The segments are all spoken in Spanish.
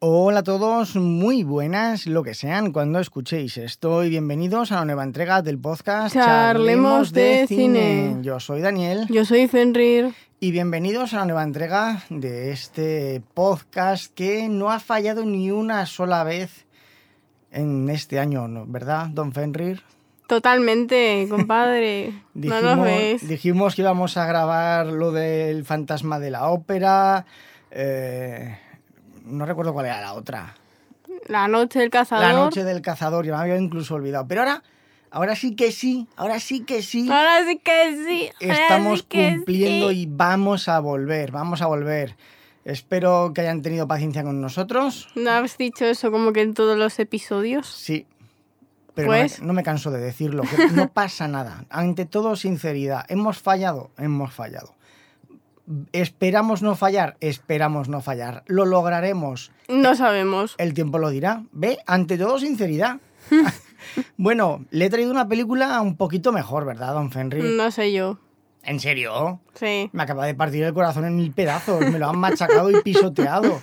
Hola a todos, muy buenas, lo que sean, cuando escuchéis esto y bienvenidos a la nueva entrega del podcast Charlemos de Cine. Yo soy Daniel Yo soy Fenrir. y bienvenidos a la nueva entrega de este podcast que no ha fallado ni una sola vez en este año, ¿no? ¿verdad, don Fenrir? Totalmente, compadre. no nos ves. dijimos que íbamos a grabar lo del fantasma de la ópera, eh, no recuerdo cuál era la otra. La noche del cazador. La noche del cazador, yo me había incluso olvidado. Pero ahora, ahora sí que sí, ahora sí que sí, Ahora sí que sí. ahora estamos sí que cumpliendo sí. y vamos a volver, vamos a volver. Espero que hayan tenido paciencia con nosotros. ¿No has dicho eso como que en todos los episodios? Sí, pero Pues- no, me, no me canso de decirlo, que no pasa nada. Ante todo, sinceridad, hemos fallado, hemos fallado. Esperamos no fallar, esperamos no fallar. Lo lograremos. No sabemos. El tiempo lo dirá. Ve, ante todo, sinceridad. bueno, le he traído una película un poquito mejor, ¿verdad, don Fenry? No sé yo. ¿En serio? Sí. Me acaba de partir el corazón en mil pedazos. Me lo han machacado y pisoteado.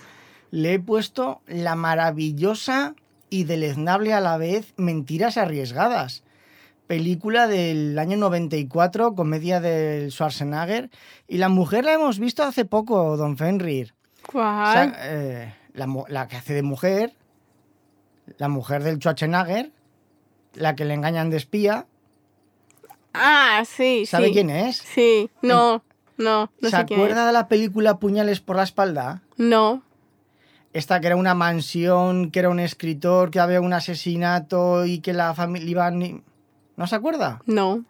Le he puesto la maravillosa y deleznable a la vez Mentiras Arriesgadas. Película del año 94, comedia del Schwarzenegger. Y la mujer la hemos visto hace poco, don Fenrir. O sea, ¿Cuál? eh, la, mu- la que hace de mujer, la mujer del Schwarzenegger, la que le engañan de espía, ah, sí, ¿sabe sí. quién es? Sí. No, no, no ¿Se sé quién es. acuerda de la película Puñales por la espalda? No. Esta que era una mansión, que era un escritor, que había un asesinato y que la familia iban... ¿No se acuerda? No.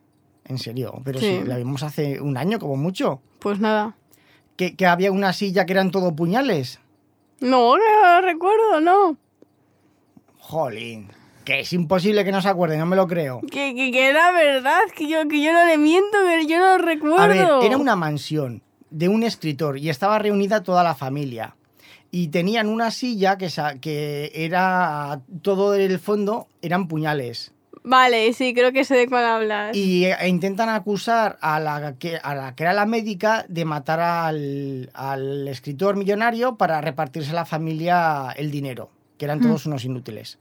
En serio, pero sí. Sí. la vimos hace un año como mucho. Pues nada. Que, que había una silla que eran todo puñales. No, no lo recuerdo, no. Jolín, que es imposible que no se acuerde, no me lo creo. Que, que, que era verdad, que yo, que yo no le miento, pero yo no lo recuerdo. A ver, era una mansión de un escritor y estaba reunida toda la familia. Y tenían una silla que, sa- que era todo el fondo, eran puñales. Vale, sí, creo que sé de cuál hablas. Y e, intentan acusar a la, que, a la que era la médica de matar al, al escritor millonario para repartirse a la familia el dinero, que eran todos unos inútiles.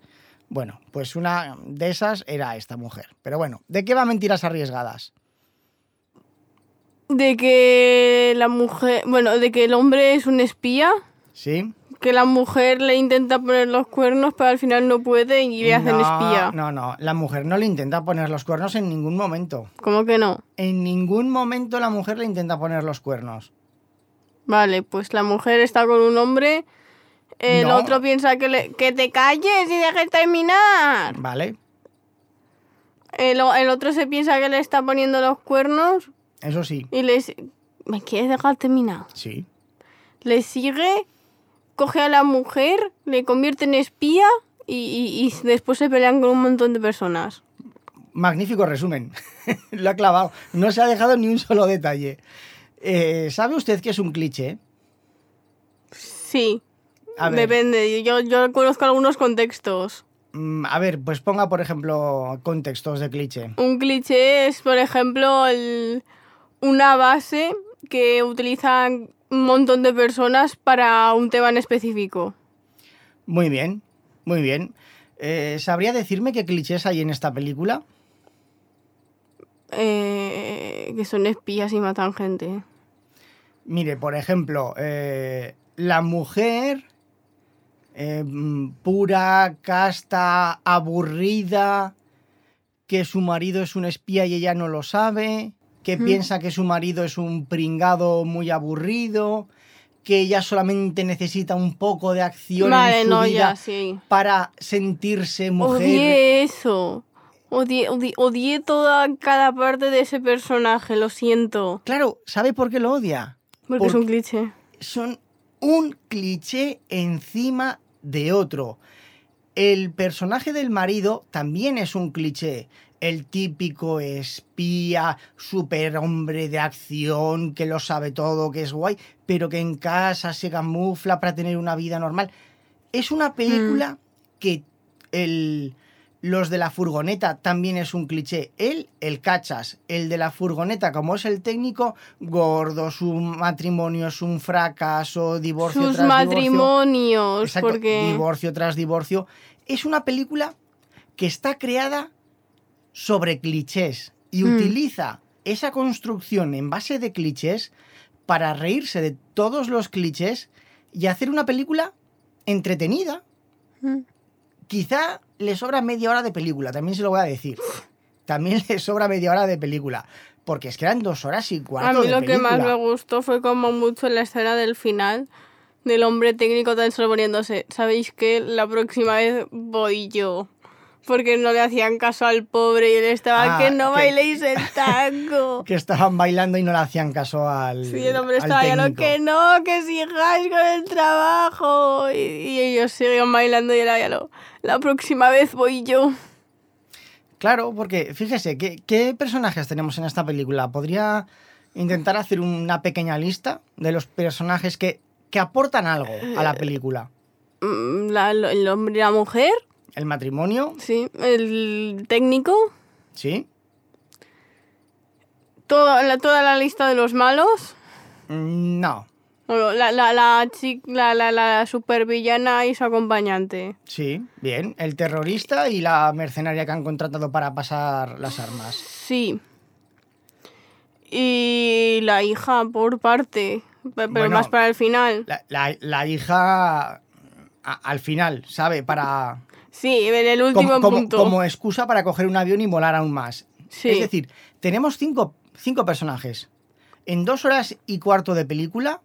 Bueno, pues una de esas era esta mujer. Pero bueno, ¿de qué va mentiras arriesgadas? De que la mujer. Bueno, de que el hombre es un espía. ¿Sí? Que la mujer le intenta poner los cuernos, pero al final no puede y le hacen no, espía. No, no, la mujer no le intenta poner los cuernos en ningún momento. ¿Cómo que no? En ningún momento la mujer le intenta poner los cuernos. Vale, pues la mujer está con un hombre. El No. otro piensa que, le- que te calles y dejes terminar. ¿Vale? El, o- el otro se piensa que le está poniendo los cuernos Eso sí. y les. ¿Me quieres dejar terminar? Sí. le sigue, coge a la mujer, le convierte en espía y, y- y después se pelean con un montón de personas. Magnífico resumen. Lo ha clavado. No se ha dejado ni un solo detalle. Eh, ¿Sabe usted que es un cliché? Sí, A ver, depende. Yo, yo conozco algunos contextos. mm, a ver, pues ponga, por ejemplo, contextos de cliché. Un cliché es, por ejemplo, el- una base que utilizan un montón de personas para un tema en específico. Muy bien, muy bien. Eh, ¿Sabría decirme qué clichés hay en esta película? Eh, que son espías y matan gente. Mire, por ejemplo, eh, la mujer eh, mm, pura, casta, aburrida, que su marido es un espía y ella no lo sabe, que Ujú. piensa que su marido es un pringado muy aburrido, que ella solamente necesita un poco de acción Vale, en su no, vida ya, sí. para sentirse mujer. Odié eso. Odié, odi- odié toda cada parte de ese personaje, lo siento. Claro, ¿sabe por qué lo odia? Porque ¿Por es un cliché. son un cliché encima de otro. El personaje del marido también es un cliché. El típico espía, superhombre de acción, que lo sabe todo, que es guay, pero que en casa se camufla para tener una vida normal. Es una película que el, Los de la furgoneta también es un cliché. Él, el cachas. El de la furgoneta, como es el técnico, gordo, su matrimonio es un fracaso, divorcio Sus tras divorcio. matrimonios, Exacto, porque... divorcio tras divorcio. Es una película que está creada sobre clichés y Mm. utiliza esa construcción en base de clichés para reírse de todos los clichés y hacer una película entretenida. Mm. Quizá le sobra media hora de película, también se lo voy a decir. También le sobra media hora de película, porque es que eran dos horas y cuarto A mí de lo que más película. me gustó fue como mucho la escena del final del hombre técnico tan solo poniéndose. Sabéis que la próxima vez voy yo. Porque no le hacían caso al pobre y él estaba Ah, que no que- bailéis el tango. Que estaban bailando y no le hacían caso al. Sí, el hombre al estaba ya no, técnico. que no, que sigáis con el trabajo. Y, y ellos siguen bailando y él ya lo. La próxima vez voy yo. Claro, porque fíjese, ¿qué, qué personajes tenemos en esta película? Podría intentar hacer una pequeña lista de los personajes que, que aportan algo a la película. Mm, la- lo- el hombre y la mujer, El matrimonio, sí. El técnico. sí. Toda la, toda la lista de los malos. Mm, No, Bueno, la, la, la, chi- la, la, la supervillana y su acompañante. sí, bien. El terrorista y la mercenaria que han contratado para pasar las armas. Sí. Y la hija por parte. pe- Pero Bueno, más para el final. La, la- la hija, a- al final, ¿sabe? Para, Sí, en el último como, como- punto. como excusa para coger un avión y volar aún más. Sí. Es decir, tenemos cinco, cinco personajes. En dos horas y cuarto de película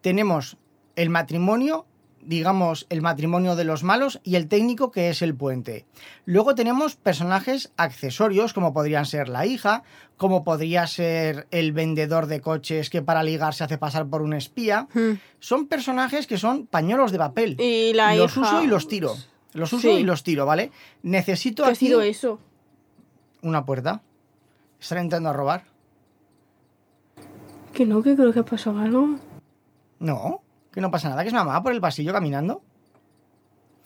tenemos el matrimonio, digamos, el matrimonio de los malos y el técnico que es el puente. Luego tenemos personajes accesorios, como podrían ser la hija, como podría ser el vendedor de coches que para ligar se hace pasar por un espía. Mm. Son personajes que son pañuelos de papel Y la los hija. pues, uso y los tiro. Los uso Sí. y los tiro, ¿vale? Necesito ¿Qué ha aquí sido eso? una puerta. Están entrando a robar. Que no, que creo que ha pasado algo. No, que no pasa nada, que es mamá por el pasillo caminando.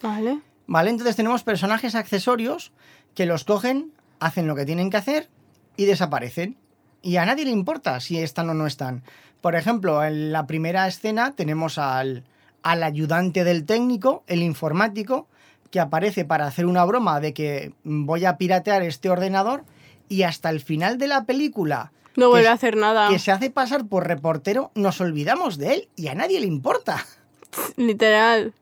Vale. ¿Vale? Entonces tenemos personajes accesorios que los cogen, hacen lo que tienen que hacer y desaparecen. Y a nadie le importa si están o no están. Por ejemplo, en la primera escena tenemos al, al ayudante del técnico, el informático, que aparece para hacer una broma de que voy a piratear este ordenador y hasta el final de la película, No vuelve se- a hacer nada. que se hace pasar por reportero, nos olvidamos de él y a nadie le importa. Literal.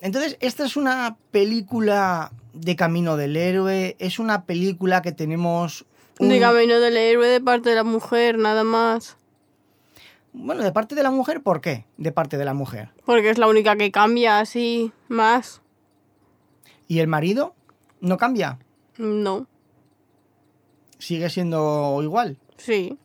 Entonces, esta es una película de camino del héroe, es una película que tenemos... un- De camino del héroe de parte de la mujer, nada más. Bueno, de parte de la mujer, ¿por qué? De parte de la mujer. Porque es la única que cambia así más. ¿Y el marido? ¿No cambia? No. ¿Sigue siendo igual? Sí.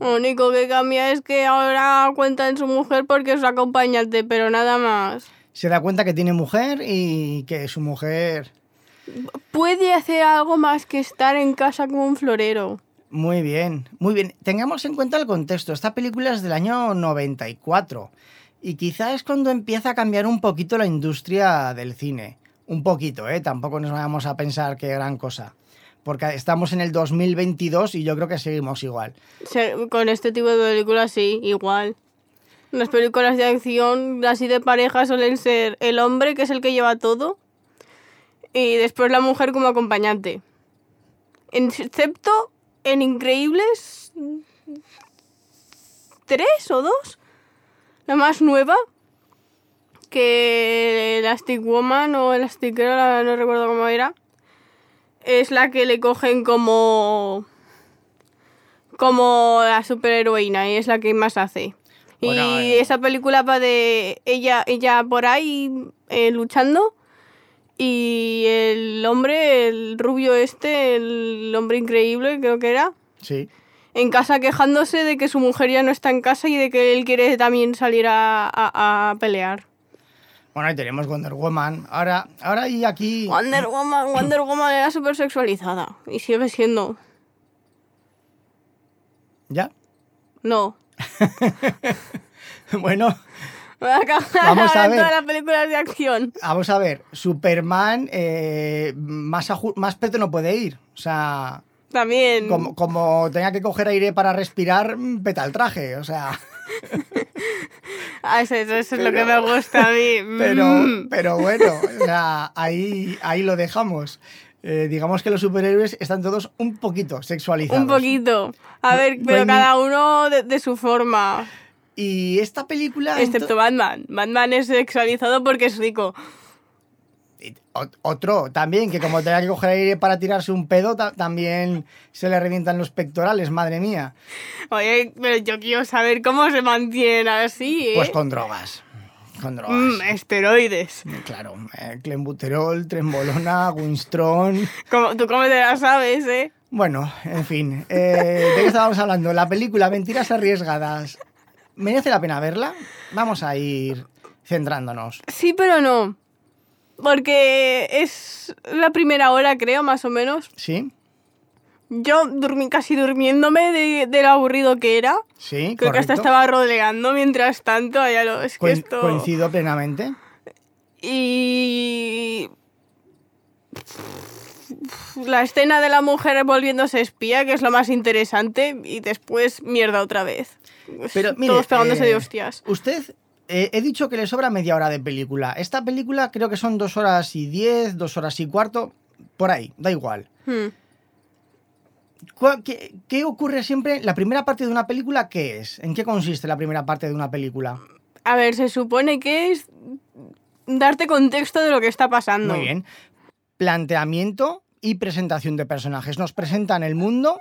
Lo único que cambia es que ahora cuenta en su mujer porque es su acompañante, pero nada más. Se da cuenta que tiene mujer y que su mujer... Puede hacer algo más que estar en casa como un florero. Muy bien, muy bien. Tengamos en cuenta el contexto. Esta película es del año 94 y quizá es cuando empieza a cambiar un poquito la industria del cine. Un poquito, ¿eh? Tampoco nos vamos a pensar que gran cosa. Porque estamos en el 2022 y yo creo que seguimos igual. Se- Con este tipo de películas sí, igual. Las películas de acción así de pareja suelen ser el hombre, que es el que lleva todo, y después la mujer como acompañante. En- Excepto en Increíbles tres o dos, la más nueva, que Elastic Woman o Elastic Girl, ahora no recuerdo cómo era, es la que le cogen como como la superheroína y es la que más hace. Bueno, y eh. esa película va de ella, ella por ahí eh, luchando y el hombre, el rubio este, el hombre increíble creo que era, Sí. en casa quejándose de que su mujer ya no está en casa y de que él quiere también salir a, a- a pelear. Bueno, ahí tenemos Wonder Woman. Ahora, ahora y aquí... Wonder Woman, Wonder Woman era súper sexualizada y sigue siendo. ¿Ya? No. Bueno, Me voy a acabar Vamos a ahora ver. todas las películas de acción. Vamos a ver, Superman eh, más, aju- más peto no puede ir. O sea, También. como, como tenga que coger aire para respirar, mm, peta el traje. O sea, Ah, eso, eso es lo que me gusta a mí. pero, Mm. pero bueno, o sea, ahí, ahí lo dejamos. Eh, digamos que los superhéroes están todos un poquito sexualizados. Un poquito. A ver, no pero hay Pues ni- cada uno de, de su forma. Y esta película... Excepto Batman. Batman es sexualizado porque es rico. ento- ot- Otro también, que como tenga que coger aire para tirarse un pedo, ta- también se le revientan los pectorales, madre mía. Oye, pero yo quiero saber cómo se mantienen así, ¿eh? Pues con drogas. Con drogas. Mm, esteroides. Claro, eh, clenbuterol, trembolona, winstrón. Como, Tú cómo te la sabes, ¿eh? Bueno, en fin. eh, ¿De qué estábamos hablando? La película Mentiras Arriesgadas. ¿Merece la pena verla? Vamos a ir centrándonos. Sí, pero no. Porque es la primera hora, creo, más o menos. ¿Sí? Yo dormí casi durmiéndome de, de lo aburrido que era. Sí, Creo que correcto. hasta estaba rodeando mientras tanto. allá lo, es que Coin- esto... Coincido plenamente. Y... La escena de la mujer volviéndose espía, que es lo más interesante, y después mierda otra vez. Pero, mire, Todos pegándose eh, de hostias. Usted, eh, he dicho que le sobra media hora de película. Esta película creo que son dos horas y diez, dos horas y cuarto, por ahí, da igual. Hmm. ¿Cuál- ¿Qué, qué ocurre siempre? ¿La primera parte de una película qué es? ¿En qué consiste la primera parte de una película? A ver, se supone que es darte contexto de lo que está pasando. Muy bien. Planteamiento y presentación de personajes. Nos presentan el mundo.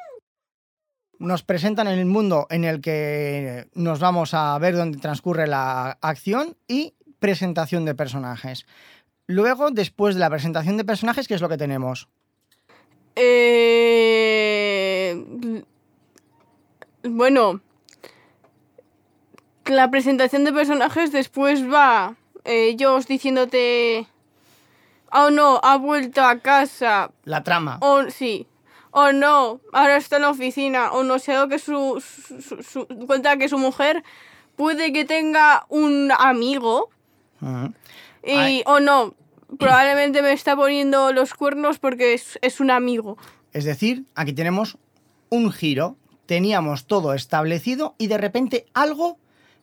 Nos presentan el mundo en el que nos vamos a ver dónde transcurre la acción y presentación de personajes. Luego, después de la presentación de personajes, ¿qué es lo que tenemos? Eh, Bueno, la presentación de personajes después va eh, Josh diciéndote, oh no, ha vuelto a casa, La trama. o sí, o no, ahora está en la oficina, o no sé, o que su, su- su- su- cuenta que su mujer puede que tenga un amigo, Ujú. Ay. y, o no, probablemente me está poniendo los cuernos porque es- es un amigo. Es decir, aquí tenemos un giro. Teníamos todo establecido y de repente algo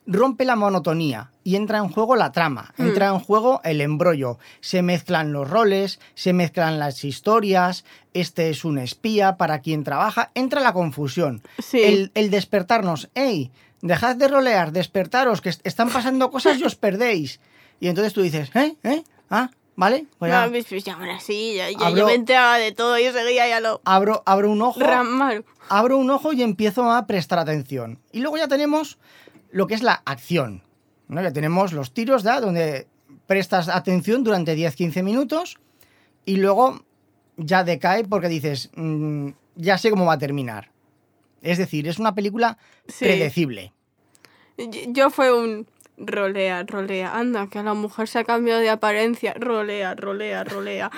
rompe la monotonía y entra en juego la trama, Mm. entra en juego el embrollo. Se mezclan los roles, se mezclan las historias, este es un espía para quien trabaja, entra la confusión. Sí. El, el despertarnos, hey, dejad de rolear, despertaros, que est- están pasando cosas y os perdéis. Y entonces tú dices, ¿eh? ¿eh? ¿Ah? ¿Vale? Pues ya No, pues, pues, ya, ahora sí, ya, ya Hablo- yo me enteraba de todo, yo seguía ya lo abro, abro un ojo. ramal. abro un ojo y empiezo a prestar atención. Y luego ya tenemos lo que es la acción. ¿no? Ya tenemos los tiros, ¿da? Donde prestas atención durante 10-15 minutos y luego ya decae porque dices, "Mm, ya sé cómo va a terminar. Es decir, es una película Sí. predecible. Y- Yo fue un rolea, rolea, anda, que la mujer se ha cambiado de apariencia, rolea, rolea, rolea.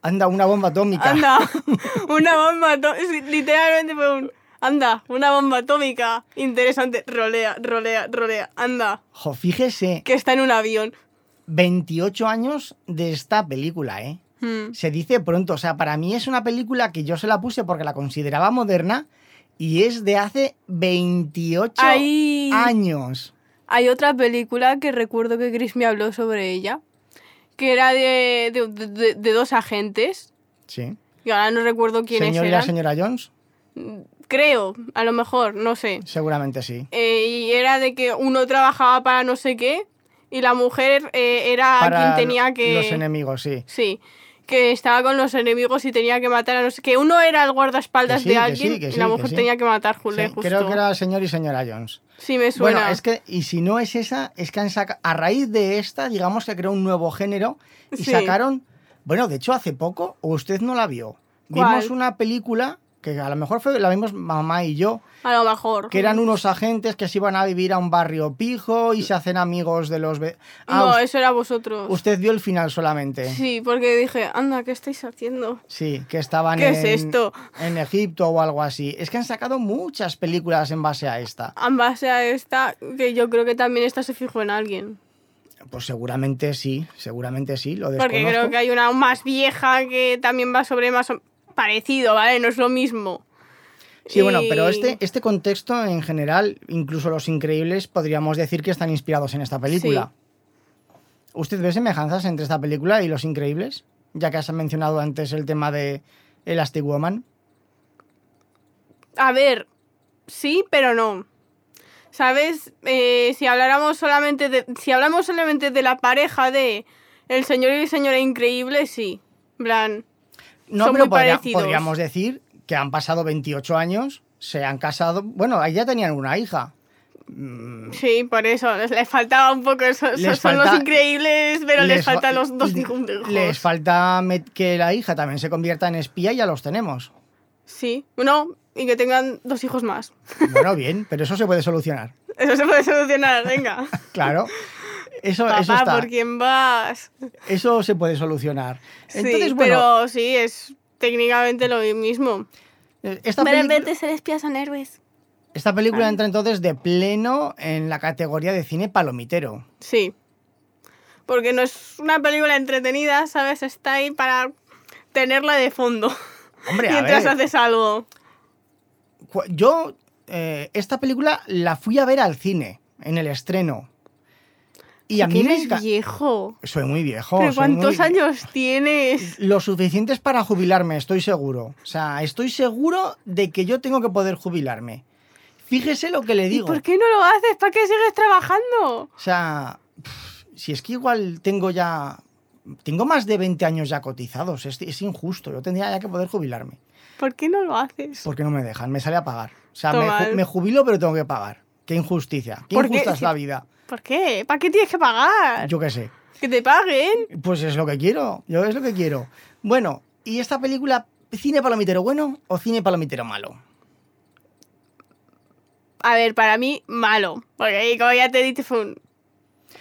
Anda una bomba atómica. Anda, una bomba atómica, literalmente fue un, anda, una bomba atómica, interesante, rolea, rolea, rolea, anda, Jo, fíjese, que está en un avión. 28 años de esta película, ¿eh? Hmm. se dice pronto. O sea, para mí es una película que yo se la puse porque la consideraba moderna y es de hace 28 Ahí... años. Hay otra película que recuerdo que Chris me habló sobre ella, que era de, de- de- de dos agentes, Sí. y ahora no recuerdo quiénes Señor y la eran. señora Jones, Creo, a lo mejor, no sé. seguramente sí. Eh, y era de que uno trabajaba para no sé qué y la mujer eh, era Para quien tenía lo- que... Los enemigos, sí. Sí, que estaba con los enemigos y tenía que matar a no sé qué. Uno era el Que guardaespaldas sí, de que alguien sí, que y sí, la que mujer sí. tenía que matar Jule, Sí, justo. creo que era señor y señora Jones. Sí, me suena. Bueno, es que, y si no es esa, es que han saca- a raíz de esta, digamos que creó un nuevo género y Sí. sacaron, bueno, de hecho hace poco, o usted no la vio, ¿Cuál? vimos una película que a lo mejor fue, la vimos mamá y yo, A lo mejor. que eran unos agentes que se iban a vivir a un barrio pijo y se hacen amigos de los... ve- Ah, No, us- eso era vosotros. usted vio el final solamente. Sí, porque dije, anda, ¿qué estáis haciendo? Sí, que estaban ¿Qué en, es esto? en Egipto o algo así. Es que han sacado muchas películas en base a esta. En base a esta, que yo creo que también esta se fijó en alguien. Pues seguramente sí, seguramente sí, lo Porque desconozco. creo que hay una aún más vieja que también va sobre más o- parecido, ¿vale? No es lo mismo. Sí, bueno, pero Y- este, este contexto en general, incluso Los Increíbles, podríamos decir que están inspirados en esta película. ¿Usted ve semejanzas entre esta película y Los Increíbles? Ya que has mencionado antes el tema de Elastic Woman. A ver, sí, pero no. ¿Sabes? Eh, si habláramos solamente de. Si hablamos solamente de la pareja de el señor y la señora increíble, sí. En Plan. No, Son pero muy podría- parecidos. podríamos decir que han pasado 28 años, se han casado. Bueno, ahí ya tenían una hija. Mm, Sí, por eso. Les, les faltaba un poco eso. Les so- son falta- los increíbles, pero les, fa- faltan los dos le- hijos. Les falta met- que la hija también se convierta en espía y ya los tenemos. Sí. No, y que tengan dos hijos más. Bueno, bien, pero eso se puede solucionar. Eso se puede solucionar, venga. Claro. Eso, eso Papá, está. ¿por quién vas? Eso se puede solucionar. Entonces, sí, bueno, pero sí, es técnicamente lo mismo. eh, esta, Pero en película, vez de ser espías son héroes. esta película Ah. entra entonces de pleno en la categoría de cine palomitero. Sí. Porque no es una película entretenida, ¿sabes? Está ahí para tenerla de fondo. Hombre, a mientras ver, haces algo. cu- yo eh, esta película la fui a ver al cine, en el estreno. Y a Que mí me eres enca- viejo. Soy muy viejo. ¿Pero soy cuántos muy- años tienes? Lo suficientes para jubilarme, estoy seguro. O sea, estoy seguro de que yo tengo que poder jubilarme. Fíjese lo que le ¿Y digo. por qué no lo haces? ¿Para qué sigues trabajando? O sea, pf, si es que igual tengo ya. Tengo más de 20 años ya cotizados. Es, es injusto. Yo tendría ya que poder jubilarme. ¿Por qué no lo haces? Porque no me dejan. Me sale a pagar. O sea, me, Toma. eh. ju- me jubilo, pero tengo que pagar. Qué injusticia. Qué ¿Por qué? injusta es la vida. ¿Por qué? ¿Para qué tienes que pagar? Yo qué sé. Que te paguen. Pues es lo que quiero. Yo es lo que quiero. Bueno, ¿y esta película, cine palomitero bueno o cine palomitero malo? A ver, para mí, malo. Porque ahí, como ya te dije, fue un...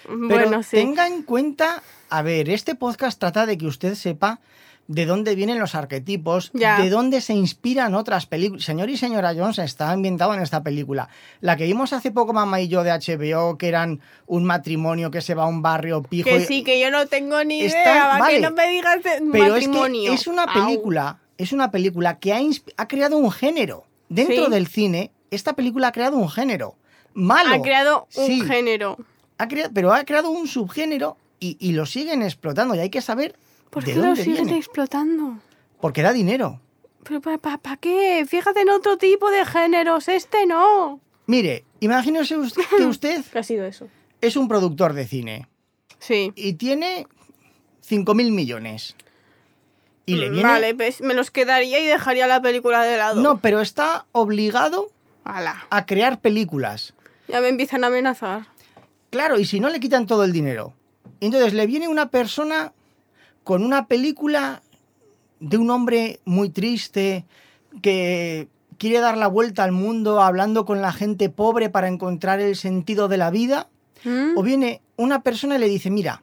Pero Bueno, sí. tenga en cuenta, a ver, este podcast trata de que usted sepa de dónde vienen los arquetipos, Ya. de dónde se inspiran otras películas. Señor y señora Jones está ambientado en esta película. La que vimos hace poco, mamá y yo, de HBO, que eran un matrimonio que se va a un barrio pijo. Que y- sí, que yo no tengo ni Está- idea. va, vale. Que no me digas de Pero es matrimonio. que es una Au. película, es una película que ha, insp- ha creado un género. Dentro Sí. del cine, esta película ha creado un género. Malo. Ha creado un Sí. género. ha crea- pero ha creado un subgénero y, y lo siguen explotando y hay que saber ¿Por de qué lo dónde siguen viene. explotando? Porque da dinero. ¿Pero para qué? Fíjate en otro tipo de géneros. Este no. Mire, imagínese us- que usted ¿Qué ha sido eso? es un productor de cine Sí. y tiene 5.000 millones. Y le viene... Vale, pues me los quedaría y dejaría la película de lado. No, pero está obligado Ala. a crear películas. Ya me empiezan a amenazar. Claro, y si no le quitan todo el dinero. Entonces le viene una persona con una película de un hombre muy triste que quiere dar la vuelta al mundo hablando con la gente pobre para encontrar el sentido de la vida. ¿Mm? O viene una persona y le dice, mira,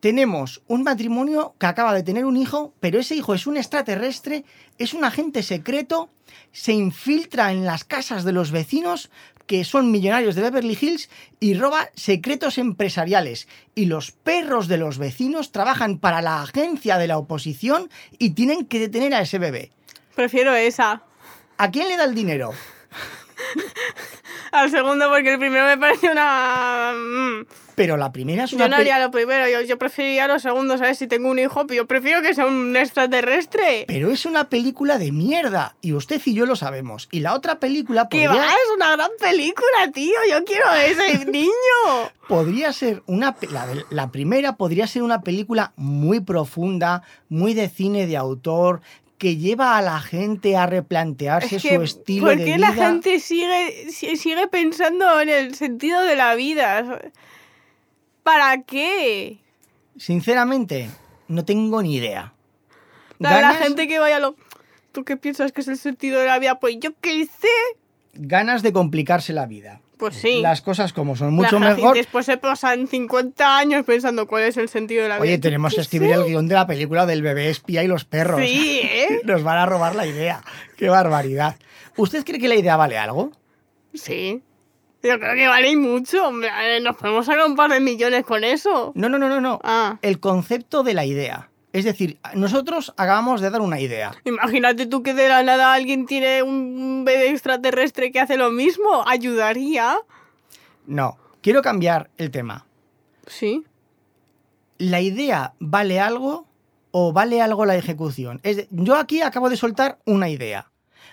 tenemos un matrimonio que acaba de tener un hijo, pero ese hijo es un extraterrestre, es un agente secreto, se infiltra en las casas de los vecinos que son millonarios de Beverly Hills y roba secretos empresariales. Y los perros de los vecinos trabajan para la agencia de la oposición y tienen que detener a ese bebé. Prefiero esa. ¿A quién le da el dinero? Al segundo porque el primero me parece una... mm. Pero la primera es una... Yo no pe- haría lo primero, yo, yo preferiría lo segundo, ¿sabes? Si tengo un hijo, yo prefiero que sea un extraterrestre. Pero es una película de mierda y usted y yo lo sabemos. Y la otra película ¡Que podría, va! Es una gran película, tío. Yo quiero a ese niño. podría ser una pe- la, de- la primera podría ser una película muy profunda, muy de cine de autor que lleva a la gente a replantearse Es que, su estilo ¿Por de qué vida. la gente sigue, si- sigue pensando en el sentido de la vida? ¿Para qué? Sinceramente, no tengo ni idea. La, la Ganas- gente que vaya a lo... ¿Tú qué piensas que es el sentido de la vida? Pues yo qué sé. ganas de complicarse la vida. Pues sí. Las cosas como son mucho La gente mejor. Después se pasan 50 años pensando cuál es el sentido de la vida. Oye, Yo tenemos qué que escribir el guión de la película del bebé espía y los perros. Sí, ¿eh? Nos van a robar la idea. ¡Qué barbaridad! ¿Usted cree que la idea vale algo? Sí. Yo creo que vale mucho. hombre, eh, Nos podemos sacar un par de millones con eso. No, no, no, no, no. Ah, El concepto de la idea. Es decir, nosotros acabamos de dar una idea. imagínate tú que de la nada alguien tiene un bebé extraterrestre que hace lo mismo. ¿Ayudaría? No, quiero cambiar el tema. Sí. ¿La idea vale algo o vale algo la ejecución? Es de- yo aquí acabo de soltar una idea.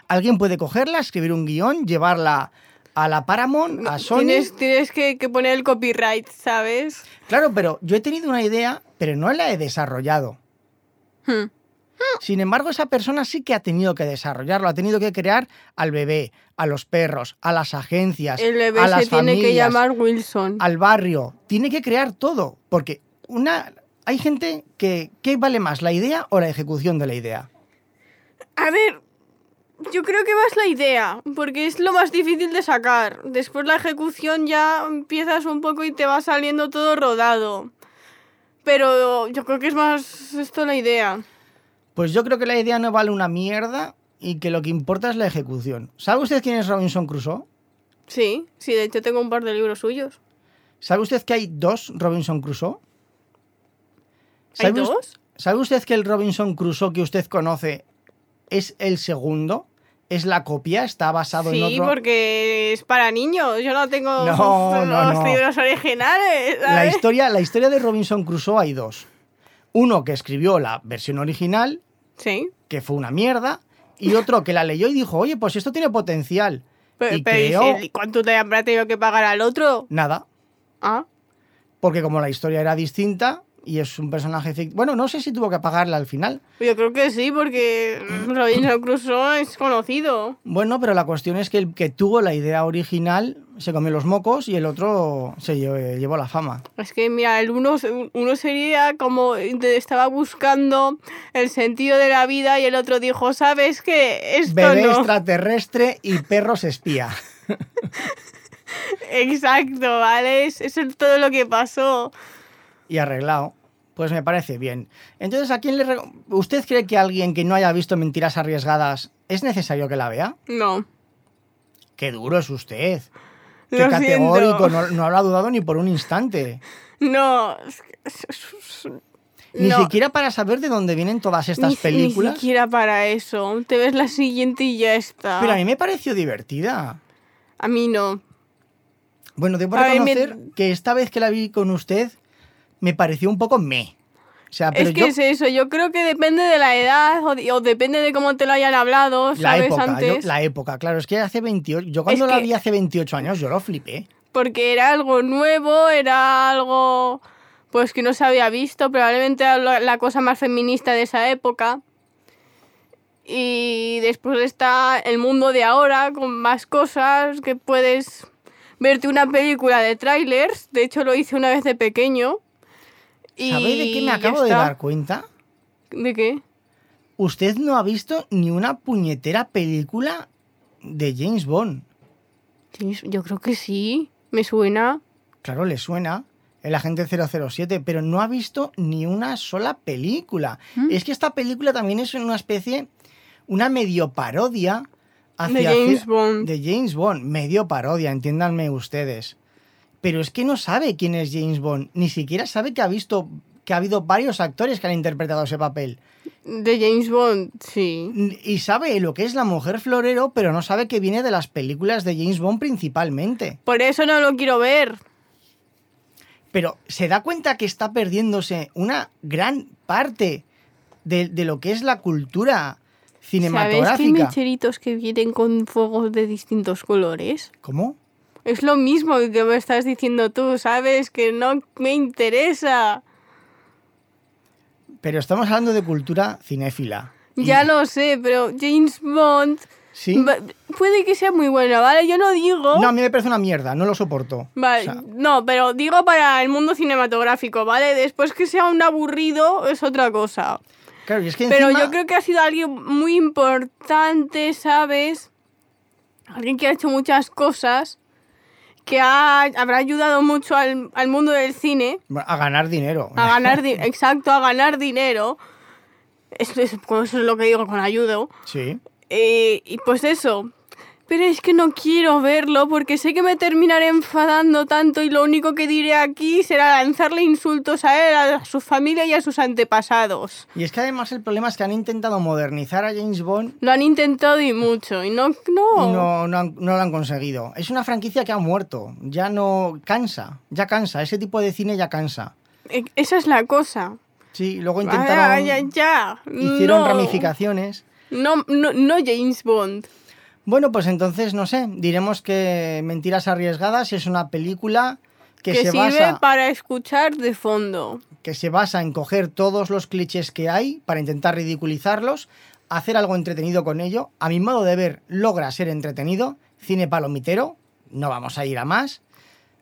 Alguien puede cogerla, escribir un guión, llevarla a la Paramount, a Sony. Tienes, tienes que, que poner el copyright, ¿sabes? Claro, pero yo he tenido una idea, pero no la he desarrollado. Hmm. Sin embargo, esa persona sí que ha tenido que desarrollarlo, ha tenido que crear al bebé, a los perros, a las agencias, El bebé a las se tiene que familias, llamar Wilson. al barrio. Tiene que crear todo, porque una hay gente que ¿qué vale más, la idea o la ejecución de la idea? A ver, yo creo que más la idea, porque es lo más difícil de sacar. Después la ejecución ya empiezas un poco y te va saliendo todo rodado. Pero yo creo que es más esto la idea. Pues yo creo que la idea no vale una mierda y que lo que importa es la ejecución. ¿Sabe usted quién es Robinson Crusoe? Sí, sí, de hecho tengo un par de libros suyos. ¿Sabe usted que hay dos Robinson Crusoe? ¿Hay ¿Sabe us- dos? ¿Sabe usted que el Robinson Crusoe que usted conoce es el segundo? ¿Es la copia? ¿Está basado en Sí, otro? porque es para niños. Yo no tengo No, no, los no. libros originales. La ¿sabes? historia, la historia de Robinson Crusoe hay dos. Uno que escribió la versión original, Sí. que fue una mierda, y otro que la leyó y dijo, oye, pues esto tiene potencial. Pe- y Pero, ¿y creó si- ¿cuánto te habrá tenido que pagar al otro? nada, Ah, porque como la historia era distinta y es un personaje fic- Bueno, no sé si tuvo que pagarla al final. Pues yo creo que sí, porque Robinson Crusoe es conocido. Bueno, pero la cuestión es que el que tuvo la idea original se comió los mocos y el otro se lle- llevó la fama. Es que, mira, el uno, uno sería como te estaba buscando el sentido de la vida y el otro dijo, ¿sabes qué? Esto Bebé no. extraterrestre y perros espía. Exacto, ¿vale? Es- Eso es todo lo que pasó. Y arreglado. Pues me parece bien. Entonces, ¿a quién le... re- ¿Usted cree que alguien que no haya visto mentiras arriesgadas es necesario que la vea? No. Qué duro es usted. Qué lo categórico. siento. No, no habrá dudado ni por un instante. No. es que- es- es- es- Ni no, siquiera para saber de dónde vienen todas ni estas si- películas. Ni siquiera para eso. Te ves la siguiente y ya está. Pero a mí me pareció divertida. A mí no. Bueno, debo A mí me- reconocer que esta vez que la vi con usted me pareció un poco me. O sea, Ah, pero es que yo... es eso, yo creo que depende de la edad o, de- o depende de cómo te lo hayan hablado, La ¿sabes? época, yo- Antes. la época, claro, es que hace 28, yo cuando Es la que- vi hace 28 años yo lo flipé. porque era algo nuevo, era algo pues que no se había visto, probablemente era la la cosa más feminista de esa época. Y después está el mundo de ahora con más cosas que puedes verte una película de trailers, de hecho lo hice una vez de pequeño. Y ¿Sabéis de qué me ya acabo de está. dar cuenta? ¿De qué? Usted no ha visto ni una puñetera película de James Bond. Sí, Yo creo que sí, me suena. Claro, le suena el agente 007, pero no ha visto ni una sola película. ¿Mm? Es que esta película también es una especie, una medio parodia De hacia James Bond. de James Bond, medio parodia, entiéndanme ustedes. Pero es que no sabe quién es James Bond, ni siquiera sabe que ha visto que ha habido varios actores que han interpretado ese papel. De James Bond, sí. N- Y sabe lo que es la mujer florero, pero no sabe que viene de las películas de James Bond principalmente. Por eso no lo quiero ver. Pero se da cuenta que está perdiéndose una gran parte de, de lo que es la cultura ¿Sabes que hay cinematográfica. mecheritos que vienen con fuegos de distintos colores? ¿Cómo? Es lo mismo que me estás diciendo tú, ¿sabes? Que no me interesa. Pero estamos hablando de cultura cinéfila. Y- Ya lo sé, pero James Bond ¿Sí? va- puede que sea muy bueno, ¿vale? Yo no digo... No, a mí me parece una mierda, no lo soporto. Vale, O sea, no, pero digo para el mundo cinematográfico, ¿vale? Después que sea un aburrido es otra cosa. claro, y es que Pero encima- yo creo que ha sido alguien muy importante, ¿sabes? Alguien que ha hecho muchas cosas, que ha- habrá ayudado mucho al, al mundo del cine Bueno, A ganar dinero. a ganar, di- exacto, a ganar dinero. Eso es, eso es lo que digo con ayudo. Sí. Eh, y pues eso, Pero es que no quiero verlo porque sé que me terminaré enfadando tanto y lo único que diré aquí será lanzarle insultos a él, a su familia y a sus antepasados. Y es que además el problema es que han intentado modernizar a James Bond Lo han intentado y mucho, y no... y No, no, no, han- no lo han conseguido. Es una franquicia que ha muerto. Ya no cansa, ya cansa. Ese tipo de cine ya cansa. E- Esa es la cosa. Sí, luego Ah, intentaron, ya, ya. hicieron No. ramificaciones. No, no, no James Bond. Bueno, pues entonces no sé. Diremos que Mentiras arriesgadas es una película que, Que, se sirve basa para escuchar de fondo. que se basa en coger todos los clichés que hay para intentar ridiculizarlos, hacer algo entretenido con ello. A mi modo de ver, logra ser entretenido. Cine palomitero, no vamos a ir a más.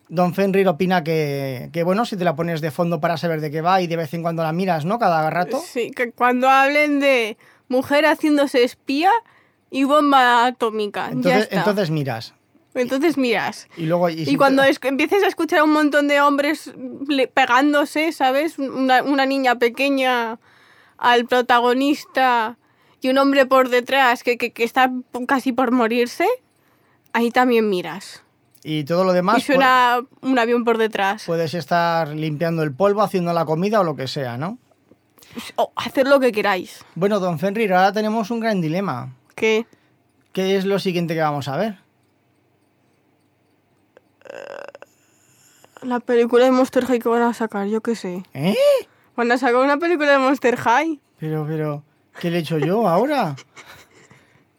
Don Fenrir opina que, que, bueno, si te la pones de fondo para saber de qué va y de vez en cuando la miras, ¿no? Cada rato. Sí, que cuando hablen de mujer haciéndose espía y bomba atómica. ya Entonces, está. entonces miras. Entonces miras. Y luego. Y si te- cuando es- empieces a escuchar a un montón de hombres le- pegándose, ¿sabes? Una, una niña pequeña al protagonista y un hombre por detrás que, que- que está casi por morirse, ahí también miras. y todo lo demás. y suena un avión por detrás. pu- Puedes estar limpiando el polvo, haciendo la comida o lo que sea, ¿no? o hacer lo que queráis. Bueno, don Fenrir, ahora tenemos un gran dilema. ¿Qué? ¿Qué es lo siguiente que vamos a ver? La película de Monster High que van a sacar, yo qué sé. ¿Eh? Van a sacar una película de Monster High. Pero, pero, ¿qué le he hecho yo ahora?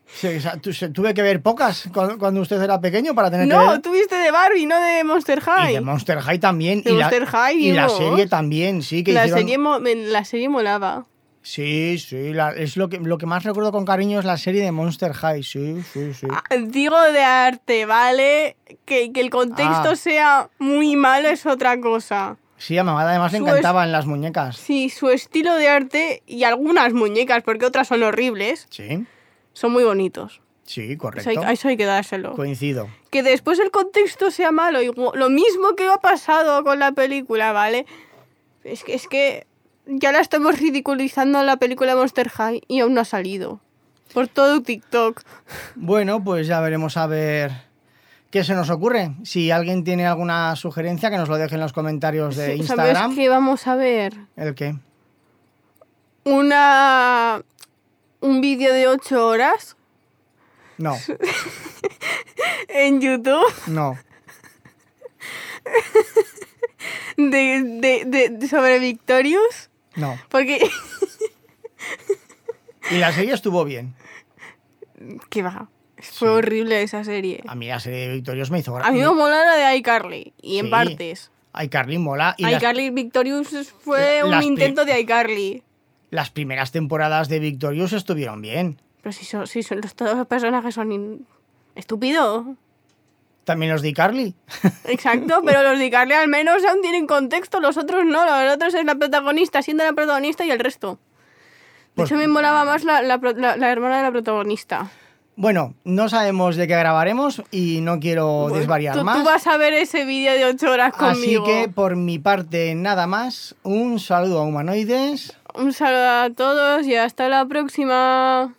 Se- o sea, tu- se- tuve que ver pocas cu- cuando, usted era pequeño para tener que No, ver. tuviste de Barbie, no de Monster Y de High. Monster High también. De y la- Monster High, y la digo. serie también, sí. Que la, hicieron- serie mo- me- la serie molaba. Sí, sí. la- es lo que, lo que más recuerdo con cariño es la serie de Monster High. Sí, sí, sí. Ah, Digo de arte, ¿vale? Que, que el contexto Ah. sea muy malo es otra cosa. Sí, a mamá además le Su encantaban las muñecas. Sí, su estilo de arte y algunas muñecas, porque otras son horribles, Sí, son son muy bonitos. sí, Eso correcto. hay, a eso hay que dárselo. Coincido. que después el contexto sea malo. igu- Lo mismo que ha pasado con la película, ¿vale? Es que, es que ya la estamos ridiculizando a la película Monster High y aún no ha salido. Por todo TikTok. Bueno, pues ya veremos a ver qué se nos ocurre. Si alguien tiene alguna sugerencia, que nos lo deje en los comentarios de Sí, Instagram. ¿Sabes qué vamos a ver? ¿El qué? Una... Un vídeo de 8 horas No, en YouTube no. de, de- de- de- sobre Victorious. No. Porque... Y la serie estuvo bien. ¿Qué va? Fue Sí. horrible esa serie. A mí la serie de Victorious me hizo A mí me gracia. mola la de iCarly. Y Sí. en partes. iCarly mola. Y las, iCarly Victorious fue Las un pri- intento de iCarly. las primeras temporadas de Victorious estuvieron bien. Pero si, son, si son los, todos los personajes son in- estúpido. También los de iCarly. Exacto, pero los de iCarly al menos aún tienen contexto, los otros no, los otros es la protagonista, siendo la protagonista y el resto. De Pues- hecho, me molaba más la, la pro- la- la hermana de la protagonista. Bueno, no sabemos de qué grabaremos y no quiero Bueno, desvariar tú, más. Tú vas a ver ese vídeo de 8 horas Así conmigo. que por mi parte nada más. Un saludo a humanoides. Un saludo a todos y hasta la próxima.